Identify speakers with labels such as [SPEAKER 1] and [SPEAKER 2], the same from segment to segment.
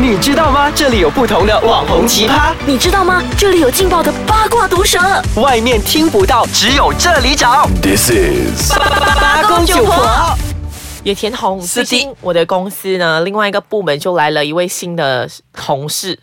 [SPEAKER 1] 你知道吗？这里有不同的网红奇葩，
[SPEAKER 2] 你知道吗？这里有劲爆的八卦毒舌，
[SPEAKER 1] 外面听不到，只有这里找。
[SPEAKER 3] This is
[SPEAKER 1] 八公九婆，
[SPEAKER 4] 也挺红。
[SPEAKER 1] 是的
[SPEAKER 4] 最近我的公司呢，另外一个部门就来了一位新的同 事，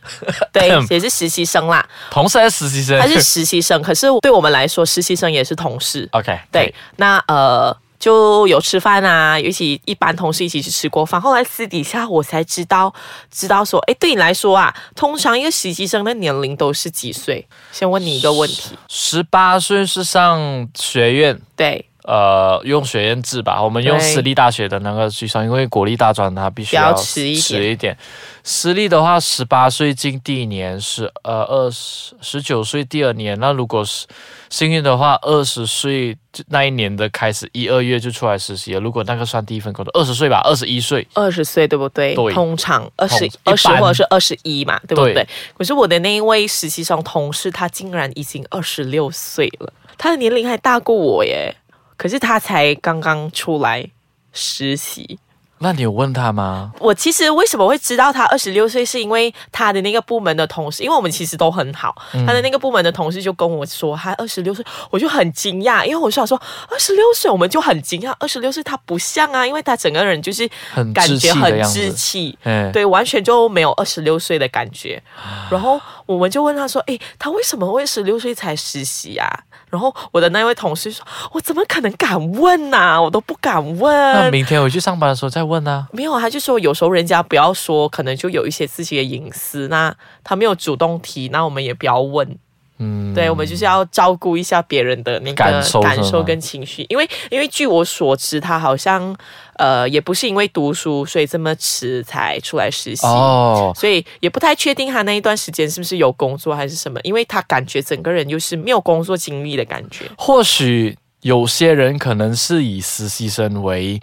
[SPEAKER 4] 对，也是实习生啦。
[SPEAKER 5] 嗯同事还是实习生？
[SPEAKER 4] 他是实习生，可是对我们来说，实习生也是同事。
[SPEAKER 5] OK？
[SPEAKER 4] 对，那呃。就有吃饭啊，一起一班同事一起去吃过饭。后来私底下我才知道，知道说，哎，对你来说啊，通常一个实习生的年龄都是几岁？先问你一个问题，
[SPEAKER 5] 十八岁是上学院，
[SPEAKER 4] 对，
[SPEAKER 5] 呃，用学院制吧，我们用
[SPEAKER 4] 对
[SPEAKER 5] 私立大学的那个去算，因为国立大专它必须
[SPEAKER 4] 比较
[SPEAKER 5] 要
[SPEAKER 4] 迟一点
[SPEAKER 5] 迟一点。私立的话，十八岁进第一年是呃二十十九岁第二年，那如果是幸运的话，二十岁就那一年的开始一二月就出来实习了。如果那个算第一份工作，二十岁吧，二十一岁，
[SPEAKER 4] 二十岁对不对？
[SPEAKER 5] 对
[SPEAKER 4] 通常二十
[SPEAKER 5] 一
[SPEAKER 4] 二十
[SPEAKER 5] 般
[SPEAKER 4] 或者是二十一嘛，对不对？
[SPEAKER 5] 对
[SPEAKER 4] 可是我的那一位实习生同事，他竟然已经二十六岁了，他的年龄还大过我耶。可是他才刚刚出来实习。
[SPEAKER 5] 那你有问他吗？
[SPEAKER 4] 我其实为什么会知道他二十六岁，是因为他的那个部门的同事，因为我们其实都很好，
[SPEAKER 5] 嗯
[SPEAKER 4] 他的那个部门的同事就跟我说他二十六岁，我就很惊讶，因为我想说二十六岁我们就很惊讶，二十六岁他不像啊，因为他整个人就是
[SPEAKER 5] 很
[SPEAKER 4] 感
[SPEAKER 5] 稚
[SPEAKER 4] 觉
[SPEAKER 5] 气的
[SPEAKER 4] 很
[SPEAKER 5] 样子
[SPEAKER 4] 稚气，
[SPEAKER 5] 嗯
[SPEAKER 4] 对，完全就没有二十六岁的感觉。
[SPEAKER 5] 啊
[SPEAKER 4] 然后我们就问他说：“诶，他为什么会十六岁才实习啊？”然后我的那位同事说：“我怎么可能敢问呐、我都不敢
[SPEAKER 5] 那
[SPEAKER 4] 问。”
[SPEAKER 5] 明天我去上班的时候再问啊。
[SPEAKER 4] 没有，他就说有时候人家不要说，可能就有一些自己的隐私。那他没有主动提，那我们也不要问。
[SPEAKER 5] 嗯，
[SPEAKER 4] 对，我们就是要照顾一下别人的那个
[SPEAKER 5] 感受是吗
[SPEAKER 4] 感受跟情绪，因为因为据我所知，他好像呃也不是因为读书所以这么迟才出来实习。
[SPEAKER 5] 哦，
[SPEAKER 4] 所以也不太确定他那一段时间是不是有工作还是什么，因为他感觉整个人就是没有工作经历的感觉。
[SPEAKER 5] 或许有些人可能是以实习生为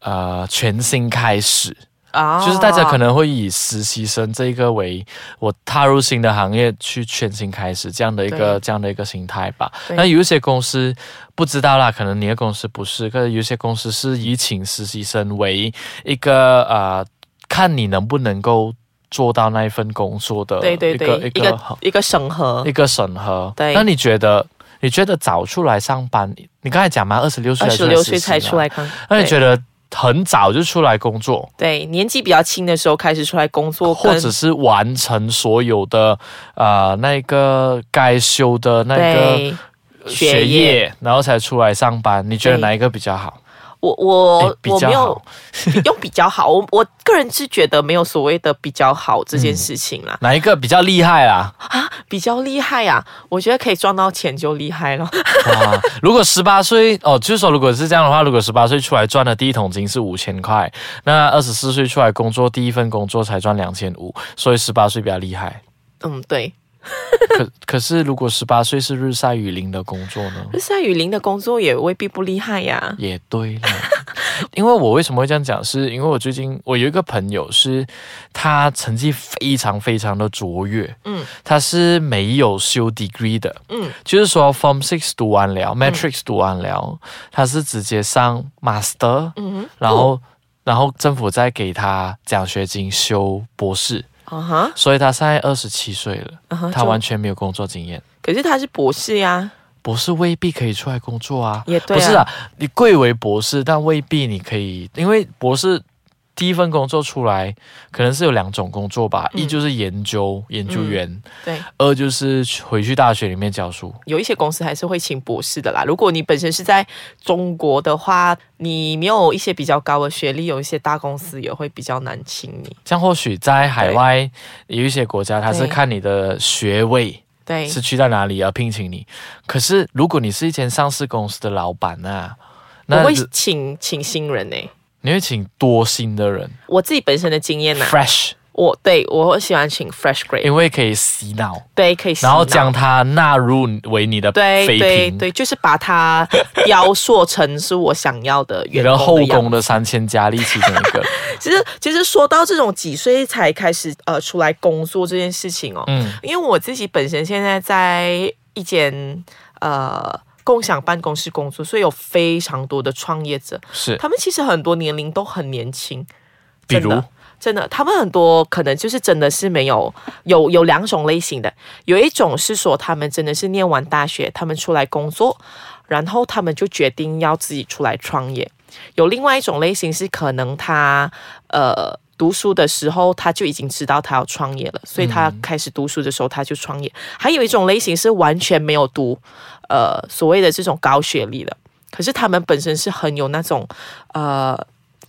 [SPEAKER 5] 呃全新开始，
[SPEAKER 4] 啊
[SPEAKER 5] 哦就是大家可能会以实习生这一个为我踏入新的行业去全新开始这样的一个
[SPEAKER 4] 对
[SPEAKER 5] 这样的一个心态吧。
[SPEAKER 4] 对
[SPEAKER 5] 那有一些公司不知道啦，可能你的公司不是，可是有一些公司是以请实习生为一个呃，看你能不能够做到那一份工作的
[SPEAKER 4] 对对
[SPEAKER 5] 一
[SPEAKER 4] 对，
[SPEAKER 5] 个一
[SPEAKER 4] 一
[SPEAKER 5] 个
[SPEAKER 4] 个一个审核
[SPEAKER 5] 一，个审核。
[SPEAKER 4] 哦对
[SPEAKER 5] 那你觉得？你觉得早出来上班，你刚才讲嘛，二十六岁
[SPEAKER 4] 二
[SPEAKER 5] 还是
[SPEAKER 4] 十六岁才
[SPEAKER 5] 14
[SPEAKER 4] 出来。看。
[SPEAKER 5] 那你
[SPEAKER 4] 对
[SPEAKER 5] 觉得很早就出来工作，
[SPEAKER 4] 对，年纪比较轻的时候开始出来工作，
[SPEAKER 5] 或
[SPEAKER 4] 跟
[SPEAKER 5] 者是完成所有的呃那个该修的那个
[SPEAKER 4] 对学业，
[SPEAKER 5] 然后才出来上班，你觉得
[SPEAKER 4] 对
[SPEAKER 5] 哪一个比较好？
[SPEAKER 4] 我我
[SPEAKER 5] 诶哎比
[SPEAKER 4] 我
[SPEAKER 5] 较
[SPEAKER 4] 没有
[SPEAKER 5] 好
[SPEAKER 4] 用比较好，我我个人是觉得没有所谓的比较好这
[SPEAKER 5] 嗯
[SPEAKER 4] 件事情啦，
[SPEAKER 5] 哪一个比较厉害啊啦？
[SPEAKER 4] 比较厉害啊，我觉得可以赚到钱就厉害了。
[SPEAKER 5] 哇！啊如果十八岁哦，就是说，如果是这样的话，如果十八岁出来赚的第一桶金是五千块，那二十四岁出来工作第一份工作才赚两千五，所以十八岁比较厉害。
[SPEAKER 4] 嗯，对，
[SPEAKER 5] 可可是，如果十八岁是日晒雨淋的工作呢？
[SPEAKER 4] 日晒雨淋的工作也未必不厉害呀、
[SPEAKER 5] 也对了， 因为我为什么会这样讲，是因为我最近我有一个朋友是，他成绩非常非常的卓越，
[SPEAKER 4] 嗯，
[SPEAKER 5] 他是没有修 degree 的，
[SPEAKER 4] 嗯，
[SPEAKER 5] 就是说 Form Six 读完了，Matrix 读完了，他是直接上 Master，
[SPEAKER 4] 嗯
[SPEAKER 5] 然后、然后政府再给他奖学金修博士，
[SPEAKER 4] 哼，啊哈，
[SPEAKER 5] 所以他现在二十七岁了，
[SPEAKER 4] 啊哈，
[SPEAKER 5] 他
[SPEAKER 4] 就
[SPEAKER 5] 完全没有工作经验。
[SPEAKER 4] 可是他是博士呀、
[SPEAKER 5] 博士未必可以出来工作啊，
[SPEAKER 4] 也对啊
[SPEAKER 5] 不是啊，你贵为博士，但未必你可以，因为博士第一份工作出来，可能是有两种工作吧，
[SPEAKER 4] 嗯
[SPEAKER 5] 一就是研究研究员，
[SPEAKER 4] 对，
[SPEAKER 5] 二就是回去大学里面教书。
[SPEAKER 4] 有一些公司还是会请博士的啦。如果你本身是在中国的话，你没有一些比较高的学历，有一些大公司也会比较难请你。
[SPEAKER 5] 像或许在海外有一些国家，它是
[SPEAKER 4] 对
[SPEAKER 5] 看你的学位
[SPEAKER 4] 对，
[SPEAKER 5] 是去到哪里而啊聘请你，可是如果你是一间上市公司的老板啊，
[SPEAKER 4] 我
[SPEAKER 5] 那
[SPEAKER 4] 会请请新人呢、
[SPEAKER 5] 你会请多新的人
[SPEAKER 4] 我自己本身的经验呐、
[SPEAKER 5] ，fresh，
[SPEAKER 4] 我对我喜欢请 fresh grade，
[SPEAKER 5] 因为可以洗脑。
[SPEAKER 4] 对，可以洗脑，
[SPEAKER 5] 然后将它纳入为你的
[SPEAKER 4] 对
[SPEAKER 5] 妃
[SPEAKER 4] 对
[SPEAKER 5] 嫔，
[SPEAKER 4] 对，就是把它雕塑成是我想要的
[SPEAKER 5] 你
[SPEAKER 4] 员
[SPEAKER 5] 的
[SPEAKER 4] 工
[SPEAKER 5] 后
[SPEAKER 4] 的样子
[SPEAKER 5] 宫的三千佳丽其中一 个。
[SPEAKER 4] 其实，其实说到这种几岁才开始呃出来工作这件事情哦，
[SPEAKER 5] 嗯
[SPEAKER 4] 因为我自己本身现在在一间呃共享办公室工作，所以有非常多的创业者，
[SPEAKER 5] 是
[SPEAKER 4] 他们其实很多年龄都很年轻，
[SPEAKER 5] 比
[SPEAKER 4] 真的
[SPEAKER 5] 如
[SPEAKER 4] 真的，他们很多可能就是真的是没有有有两种类型的，有一种是说他们真的是念完大学，他们出来工作，然后他们就决定要自己出来创业。有另外一种类型是可能他呃读书的时候他就已经知道他要创业了，所以他开始读书的时候他就创业。还有一种类型是完全没有读呃所谓的这种高学历的，可是他们本身是很有那种呃。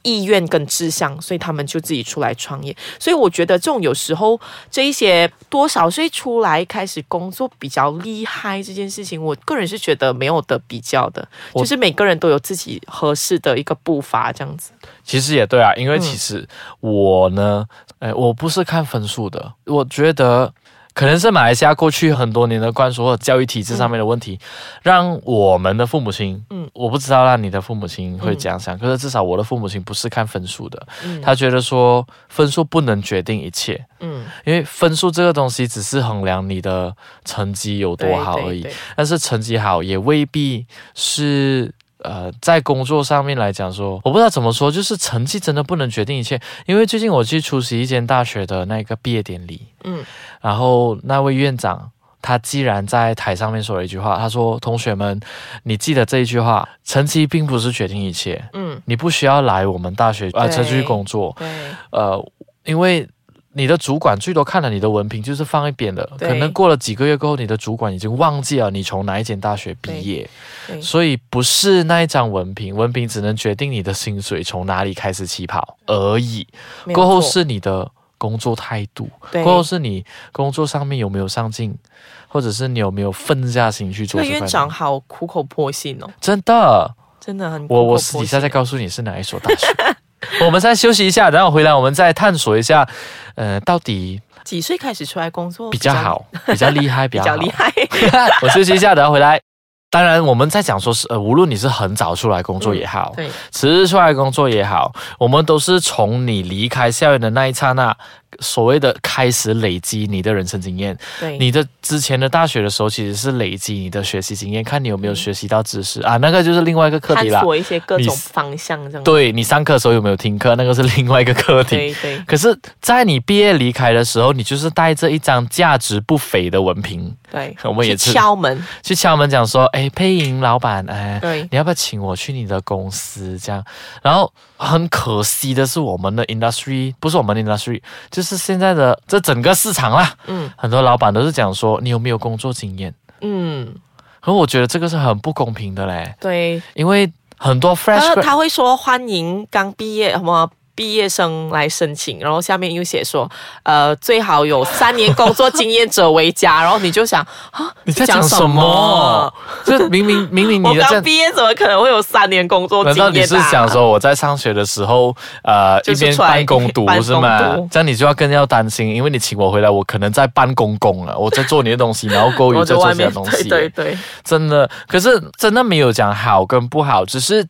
[SPEAKER 4] 意愿跟志向，所以他们就自己出来创业。所以我觉得这种有时候这一些多少岁出来开始工作比较厉害这件事情，我个人是觉得没有得比较的，
[SPEAKER 5] 我
[SPEAKER 4] 就是每个人都有自己合适的一个步伐这样子。
[SPEAKER 5] 其实也对啊，
[SPEAKER 4] 嗯
[SPEAKER 5] 因为其实我呢，哎、我不是看分数的，我觉得可能是马来西亚过去很多年的灌输和教育体制上面的问题，
[SPEAKER 4] 嗯
[SPEAKER 5] 让我们的父母亲，嗯，我不知道让你的父母亲会怎
[SPEAKER 4] 嗯
[SPEAKER 5] 样想，可是至少我的父母亲不是看分数的，他觉得说分数不能决定一切，
[SPEAKER 4] 嗯，
[SPEAKER 5] 因为分数这个东西只是衡量你的成绩有多
[SPEAKER 4] 嗯
[SPEAKER 5] 好
[SPEAKER 4] 对
[SPEAKER 5] 而已
[SPEAKER 4] 对对，
[SPEAKER 5] 但是成绩好也未必是。呃，在工作上面来讲说，我不知道怎么说，就是成绩真的不能决定一切。因为最近我去出席一间大学的那个毕业典礼，
[SPEAKER 4] 嗯，
[SPEAKER 5] 然后那位院长他既然在台上面说了一句话，他说：“同学们，你记得这一句话，成绩并不是决定一切，
[SPEAKER 4] 嗯，
[SPEAKER 5] 你不需要来我们大学呃
[SPEAKER 4] 对
[SPEAKER 5] 城区工作，
[SPEAKER 4] 对
[SPEAKER 5] 呃，因为你的主管最多看了你的文凭，就是放一边的。
[SPEAKER 4] 对
[SPEAKER 5] 可能过了几个月过后，你的主管已经忘记了你从哪一间大学毕业
[SPEAKER 4] 对，对
[SPEAKER 5] 所以不是那一张文凭，文凭只能决定你的薪水从哪里开始起跑而已。
[SPEAKER 4] 没有
[SPEAKER 5] 过后
[SPEAKER 4] 错
[SPEAKER 5] 是你的工作态度，
[SPEAKER 4] 对
[SPEAKER 5] 过后是你工作上面有没有上进，或者是你有没有奋下心去
[SPEAKER 4] 这
[SPEAKER 5] 做
[SPEAKER 4] 个
[SPEAKER 5] 这块
[SPEAKER 4] 院
[SPEAKER 5] 东西。
[SPEAKER 4] 长好苦口婆心哦，
[SPEAKER 5] 真的，
[SPEAKER 4] 真的很苦口
[SPEAKER 5] 我
[SPEAKER 4] 婆
[SPEAKER 5] 我
[SPEAKER 4] 心
[SPEAKER 5] 私底下再告诉你是哪一所大学。 我们再休息一下，然后回来我们再探索一下，呃，到底
[SPEAKER 4] 几岁开始出来工作
[SPEAKER 5] 比较，好，比较厉害，比
[SPEAKER 4] 比较
[SPEAKER 5] 较好
[SPEAKER 4] 厉。害。
[SPEAKER 5] 我休息一下，然后回来。当然，我们在讲说是呃，无论你是很早出来工作也好，
[SPEAKER 4] 嗯 对，
[SPEAKER 5] 迟日出来工作也好，我们都是从你离开校园的那一刹那，所谓的开始累积你的人生经验。
[SPEAKER 4] 对，
[SPEAKER 5] 你的之前的大学的时候，其实是累积你的学习经验，看你有没有学习到知识啊，那个就是另外一个课
[SPEAKER 4] 嗯探
[SPEAKER 5] 题啦。
[SPEAKER 4] 索一些各
[SPEAKER 5] 你
[SPEAKER 4] 种方向这样子。
[SPEAKER 5] 对你上课的时候有没有听课，那个是另外一个课题。
[SPEAKER 4] 哦对对
[SPEAKER 5] 可是，在你毕业离开的时候，你就是带着一张价值不菲的文凭
[SPEAKER 4] 对，
[SPEAKER 5] 我们也
[SPEAKER 4] 去
[SPEAKER 5] 是
[SPEAKER 4] 敲门，
[SPEAKER 5] 去敲门讲说：“哎，配音老板，哎，
[SPEAKER 4] 对
[SPEAKER 5] 你要不要请我去你的公司？”这样，然后很可惜的是，我们的 industry 不是我们的 industry，就是现在的这整个市场啦，
[SPEAKER 4] 嗯
[SPEAKER 5] 很多老板都是讲说你有没有工作经验，
[SPEAKER 4] 嗯，
[SPEAKER 5] 可我觉得这个是很不公平的嘞，
[SPEAKER 4] 对，
[SPEAKER 5] 因为很多 fresh
[SPEAKER 4] 他
[SPEAKER 5] grad-
[SPEAKER 4] 他会说欢迎刚毕业什么。毕业生来申请，然后下面又写说，呃，最好有三年工作经验者为佳。然后你就想啊，
[SPEAKER 5] 你在
[SPEAKER 4] 讲
[SPEAKER 5] 讲什么？？这明明明明
[SPEAKER 4] 我
[SPEAKER 5] 你的这
[SPEAKER 4] 刚毕业怎么可能会有三年工作
[SPEAKER 5] 难
[SPEAKER 4] 经
[SPEAKER 5] 道
[SPEAKER 4] 验、啊？
[SPEAKER 5] 你是想说我在上学的时候，呃，
[SPEAKER 4] 就
[SPEAKER 5] 一
[SPEAKER 4] 是
[SPEAKER 5] 边
[SPEAKER 4] 出来
[SPEAKER 5] 办公读
[SPEAKER 4] 办
[SPEAKER 5] 是吗
[SPEAKER 4] 公读？
[SPEAKER 5] 这样你就要更要担心，因为你请我回来，我可能在办公工了，我在做你的东西，然后勾
[SPEAKER 4] 我
[SPEAKER 5] 鱼
[SPEAKER 4] 在
[SPEAKER 5] 在做
[SPEAKER 4] 外
[SPEAKER 5] 其他
[SPEAKER 4] 面
[SPEAKER 5] 东西，
[SPEAKER 4] 对对对，
[SPEAKER 5] 真的。可是真的没有讲好跟不好，只是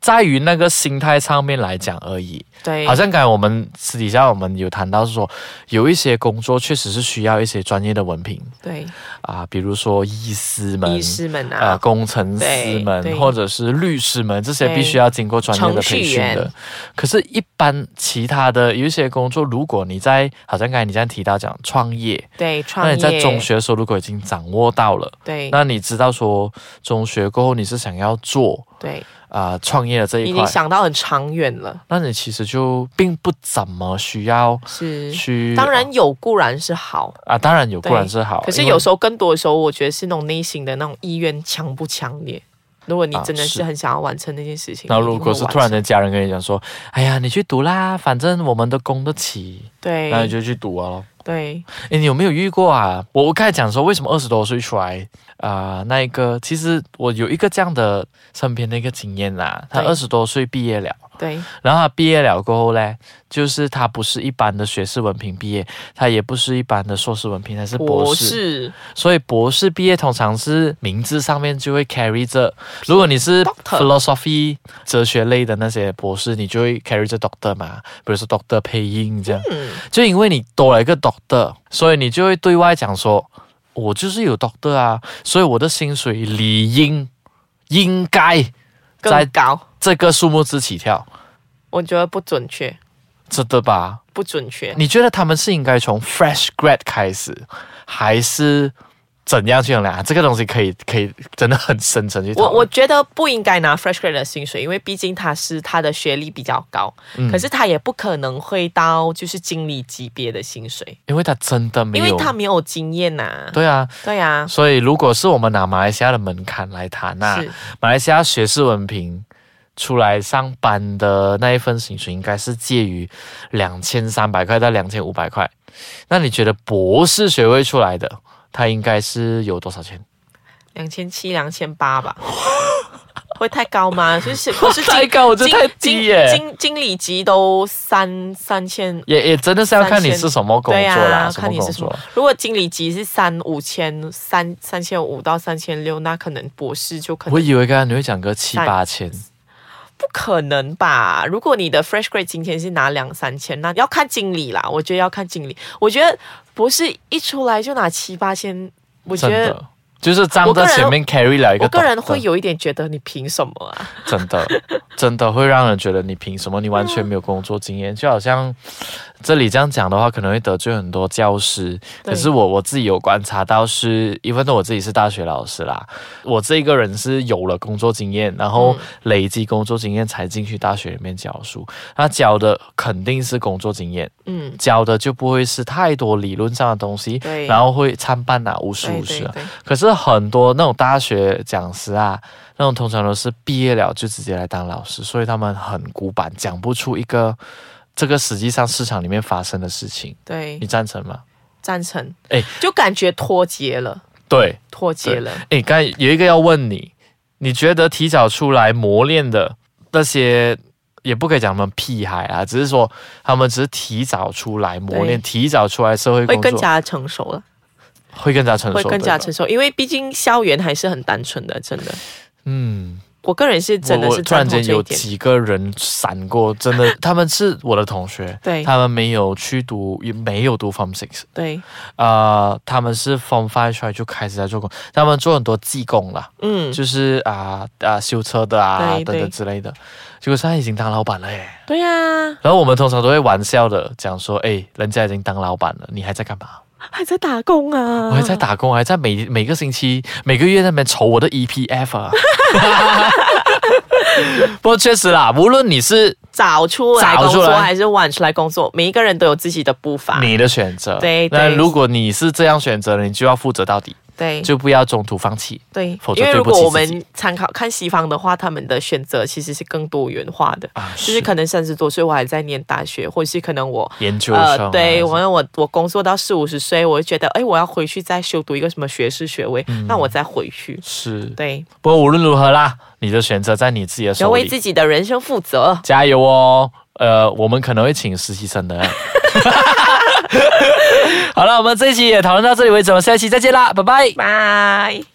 [SPEAKER 5] 在于那个心态上面来讲而已。
[SPEAKER 4] 对，
[SPEAKER 5] 好像刚才我们私底下我们有谈到说，有一些工作确实是需要一些专业的文凭
[SPEAKER 4] 对
[SPEAKER 5] 啊、比如说医师们。
[SPEAKER 4] 医师们
[SPEAKER 5] 呃，
[SPEAKER 4] 啊，
[SPEAKER 5] 工程师
[SPEAKER 4] 对对
[SPEAKER 5] 们或者是律师们，这些
[SPEAKER 4] 对
[SPEAKER 5] 必须要经过专业的
[SPEAKER 4] 程序
[SPEAKER 5] 培训的
[SPEAKER 4] 员。
[SPEAKER 5] 可是，一般其他的有一些工作，如果你在好像刚才你这样提到讲创业，
[SPEAKER 4] 对创
[SPEAKER 5] 那
[SPEAKER 4] 业，
[SPEAKER 5] 你在中学的时候如果已经掌握到了，
[SPEAKER 4] 对
[SPEAKER 5] 那你知道说中学过后你是想要做
[SPEAKER 4] 对，
[SPEAKER 5] 啊、呃创业的这一
[SPEAKER 4] 已经
[SPEAKER 5] 块，
[SPEAKER 4] 想到很长远了，
[SPEAKER 5] 那你其实就并不怎么需要
[SPEAKER 4] 是。嗯
[SPEAKER 5] 去。哦
[SPEAKER 4] 当然有固然是好，
[SPEAKER 5] 啊，当然有
[SPEAKER 4] 对
[SPEAKER 5] 固然是好，
[SPEAKER 4] 可是
[SPEAKER 5] 因为
[SPEAKER 4] 有时候更多的时候，我觉得是那种内心的那种意愿强不强烈。如果你
[SPEAKER 5] 啊
[SPEAKER 4] 真的
[SPEAKER 5] 是
[SPEAKER 4] 是很想要完成那件事情，
[SPEAKER 5] 那
[SPEAKER 4] 你一定
[SPEAKER 5] 如果
[SPEAKER 4] 会
[SPEAKER 5] 是
[SPEAKER 4] 完
[SPEAKER 5] 突然
[SPEAKER 4] 成
[SPEAKER 5] 间家人跟你讲说，哎呀，你去读啦，反正我们都供得起，那
[SPEAKER 4] 对
[SPEAKER 5] 你就去读啊咯。
[SPEAKER 4] 对
[SPEAKER 5] 哎，你有没有遇过啊？我我刚才讲说，为什么二十多岁出来啊、那一个其实我有一个这样的身边的一个经验啦，他
[SPEAKER 4] 对
[SPEAKER 5] 二十多岁毕业了，
[SPEAKER 4] 对
[SPEAKER 5] 然后他毕业了过后嘞，就是他不是一般的学士文凭毕业，他也不是一般的硕士文凭，他是博
[SPEAKER 4] 博
[SPEAKER 5] 士。
[SPEAKER 4] 士
[SPEAKER 5] 所以博士毕业通常是名字上面就会 carry 着，如果你是
[SPEAKER 4] Doctor
[SPEAKER 5] philosophy 哲学类的那些博士，你就会 carry 着 doctor 嘛，比如说 doctor 配音这样。
[SPEAKER 4] 嗯
[SPEAKER 5] 就因为你多了一个 doctor，所以你就会对外讲说，我就是有 doctor 啊，所以我的薪水理应应该
[SPEAKER 4] 更
[SPEAKER 5] 在
[SPEAKER 4] 高，
[SPEAKER 5] 这个数目之起跳。
[SPEAKER 4] 我觉得不准确。
[SPEAKER 5] 真的吧？
[SPEAKER 4] 不准确。
[SPEAKER 5] 你觉得他们是应该从 fresh grad 开始，还是怎样去衡量？这个东西可以可以真的很深层去讨
[SPEAKER 4] 我
[SPEAKER 5] 论。
[SPEAKER 4] 我觉得不应该拿 fresh grad 的薪水，因为毕竟他是他的学历比较高，
[SPEAKER 5] 嗯
[SPEAKER 4] 可是他也不可能会到就是经理级别的薪水，
[SPEAKER 5] 因为他真的没
[SPEAKER 4] 因
[SPEAKER 5] 有，
[SPEAKER 4] 为他没有经验呐、
[SPEAKER 5] 对啊，
[SPEAKER 4] 对呀、
[SPEAKER 5] 所以如果是我们拿马来西亚的门槛来谈那
[SPEAKER 4] 是
[SPEAKER 5] 马来西亚学士文凭出来上班的那一份薪水应该是介于两千三百块到两千五百块。那你觉得博士学位出来的，他应该是有多少钱？
[SPEAKER 4] 两千七、两千八吧， 会太高吗？ 就是可是经
[SPEAKER 5] 太高我觉得
[SPEAKER 4] 经
[SPEAKER 5] 太低耶
[SPEAKER 4] 经经经理级都三三千。
[SPEAKER 5] 也也真的是要看你是什么工
[SPEAKER 4] 对
[SPEAKER 5] 作啦，
[SPEAKER 4] 啊，
[SPEAKER 5] 什
[SPEAKER 4] 看
[SPEAKER 5] 么
[SPEAKER 4] 你是
[SPEAKER 5] 工
[SPEAKER 4] 什
[SPEAKER 5] 作
[SPEAKER 4] 么。。如果经理级是三五千、三三千五到三千六，那可能博士就 可能
[SPEAKER 5] 我以为刚刚你会讲个七八千，
[SPEAKER 4] 不可能吧？如果你的 fresh grade 今天是拿两三千，那要看经理啦。我觉得要看经理。我觉得博士一出来就拿七八千，我觉
[SPEAKER 5] 真
[SPEAKER 4] 得
[SPEAKER 5] 的就是站在前面 carry 了一个。
[SPEAKER 4] 我个人会，有一点觉得你凭什么啊？
[SPEAKER 5] 真的 真的会让人觉得你凭什么？你完全没有工作经验，就好像这里这样讲的话，可能会得罪很多教师。
[SPEAKER 4] 对
[SPEAKER 5] 可是我我自己有观察到是，因为我自己是大学老师啦，我这一个人是有了工作经验，然
[SPEAKER 4] 嗯
[SPEAKER 5] 后累积工作经验才进去大学里面教书。那教的肯定是工作经验，
[SPEAKER 4] 嗯，
[SPEAKER 5] 教的就不会是太多理论上的东西
[SPEAKER 4] 对，
[SPEAKER 5] 然后会参半啊，五十
[SPEAKER 4] 对
[SPEAKER 5] 五
[SPEAKER 4] 对
[SPEAKER 5] 十啊。
[SPEAKER 4] 对，
[SPEAKER 5] 可是很多那种大学讲师啊，那种通常都是毕业了就直接来当老师，所以他们很古板，讲不出一个这个实际上市场里面发生的事情。
[SPEAKER 4] 对
[SPEAKER 5] 你，赞成吗？
[SPEAKER 4] 赞成。
[SPEAKER 5] 哎
[SPEAKER 4] 就感觉脱节了，
[SPEAKER 5] 对，
[SPEAKER 4] 脱节了。
[SPEAKER 5] 诶，刚才有一个要问你，你觉得提早出来磨练的那些，也不可以讲他们屁孩啊，只是说他们只是提早出来磨
[SPEAKER 4] 对
[SPEAKER 5] 练，提早出来社会工
[SPEAKER 4] 会
[SPEAKER 5] 作，
[SPEAKER 4] 更加成熟了，
[SPEAKER 5] 会更加成熟，
[SPEAKER 4] 会更加
[SPEAKER 5] 对吧
[SPEAKER 4] 成熟，因为毕竟校园还是很单纯的，真的。
[SPEAKER 5] 嗯。
[SPEAKER 4] 我个人是真的
[SPEAKER 5] 我
[SPEAKER 4] 是
[SPEAKER 5] 我突
[SPEAKER 4] 赞
[SPEAKER 5] 然
[SPEAKER 4] 同
[SPEAKER 5] 间
[SPEAKER 4] 这
[SPEAKER 5] 有
[SPEAKER 4] 一点，
[SPEAKER 5] 几个人闪过，真的，他们是我的同学，
[SPEAKER 4] 对
[SPEAKER 5] 他们没有去读，也没有读 Form Six，
[SPEAKER 4] 对，
[SPEAKER 5] 呃，他们是 Form Five 出来就开始在做工，他们做很多技工啦，
[SPEAKER 4] 嗯，
[SPEAKER 5] 就是啊啊、修车的啊
[SPEAKER 4] 对
[SPEAKER 5] 等等
[SPEAKER 4] 对
[SPEAKER 5] 之类的，结果现在已经当老板了耶。
[SPEAKER 4] 对呀、啊，
[SPEAKER 5] 然后我们通常都会玩笑的讲说，哎，人家已经当老板了，你还在干嘛？
[SPEAKER 4] 还在打工啊，
[SPEAKER 5] 我还在打工，还在每每个星期、每个月在那边筹我的 EPF 啊。 不过确实啦，无论你是
[SPEAKER 4] 早出来
[SPEAKER 5] 早
[SPEAKER 4] 工
[SPEAKER 5] 出来
[SPEAKER 4] 作还是晚出来工作，每一个人都有自己的步伐。
[SPEAKER 5] 你的选择，
[SPEAKER 4] 啊对对
[SPEAKER 5] 那如果你是这样选择的，你就要负责到底，
[SPEAKER 4] 对
[SPEAKER 5] 就不要中途放弃。
[SPEAKER 4] 对
[SPEAKER 5] 否，则
[SPEAKER 4] 因为
[SPEAKER 5] 对
[SPEAKER 4] 如
[SPEAKER 5] 不起
[SPEAKER 4] 果我
[SPEAKER 5] 自己
[SPEAKER 4] 们参考看西方的话，他们的选择其实是更多元化的，
[SPEAKER 5] 啊
[SPEAKER 4] 就是
[SPEAKER 5] 是
[SPEAKER 4] 可能三十多岁我还在念大学，或者是可能我。
[SPEAKER 5] 研究生啊、
[SPEAKER 4] 呃对，
[SPEAKER 5] 还是
[SPEAKER 4] 我我我工作到四五十岁，我就觉得，哎，我要回去再修读一个什么学士学位，那我再回去。
[SPEAKER 5] 是。
[SPEAKER 4] 对，
[SPEAKER 5] 不过无论如何啦，你的选择在你自己的
[SPEAKER 4] 要
[SPEAKER 5] 手
[SPEAKER 4] 为
[SPEAKER 5] 里，
[SPEAKER 4] 自己的人生负责。
[SPEAKER 5] 加油哦。呃，我们可能会请实习 生的。 好了，我们这一期也讨论到这里为止，我们下一期再见啦，拜拜。
[SPEAKER 4] 拜。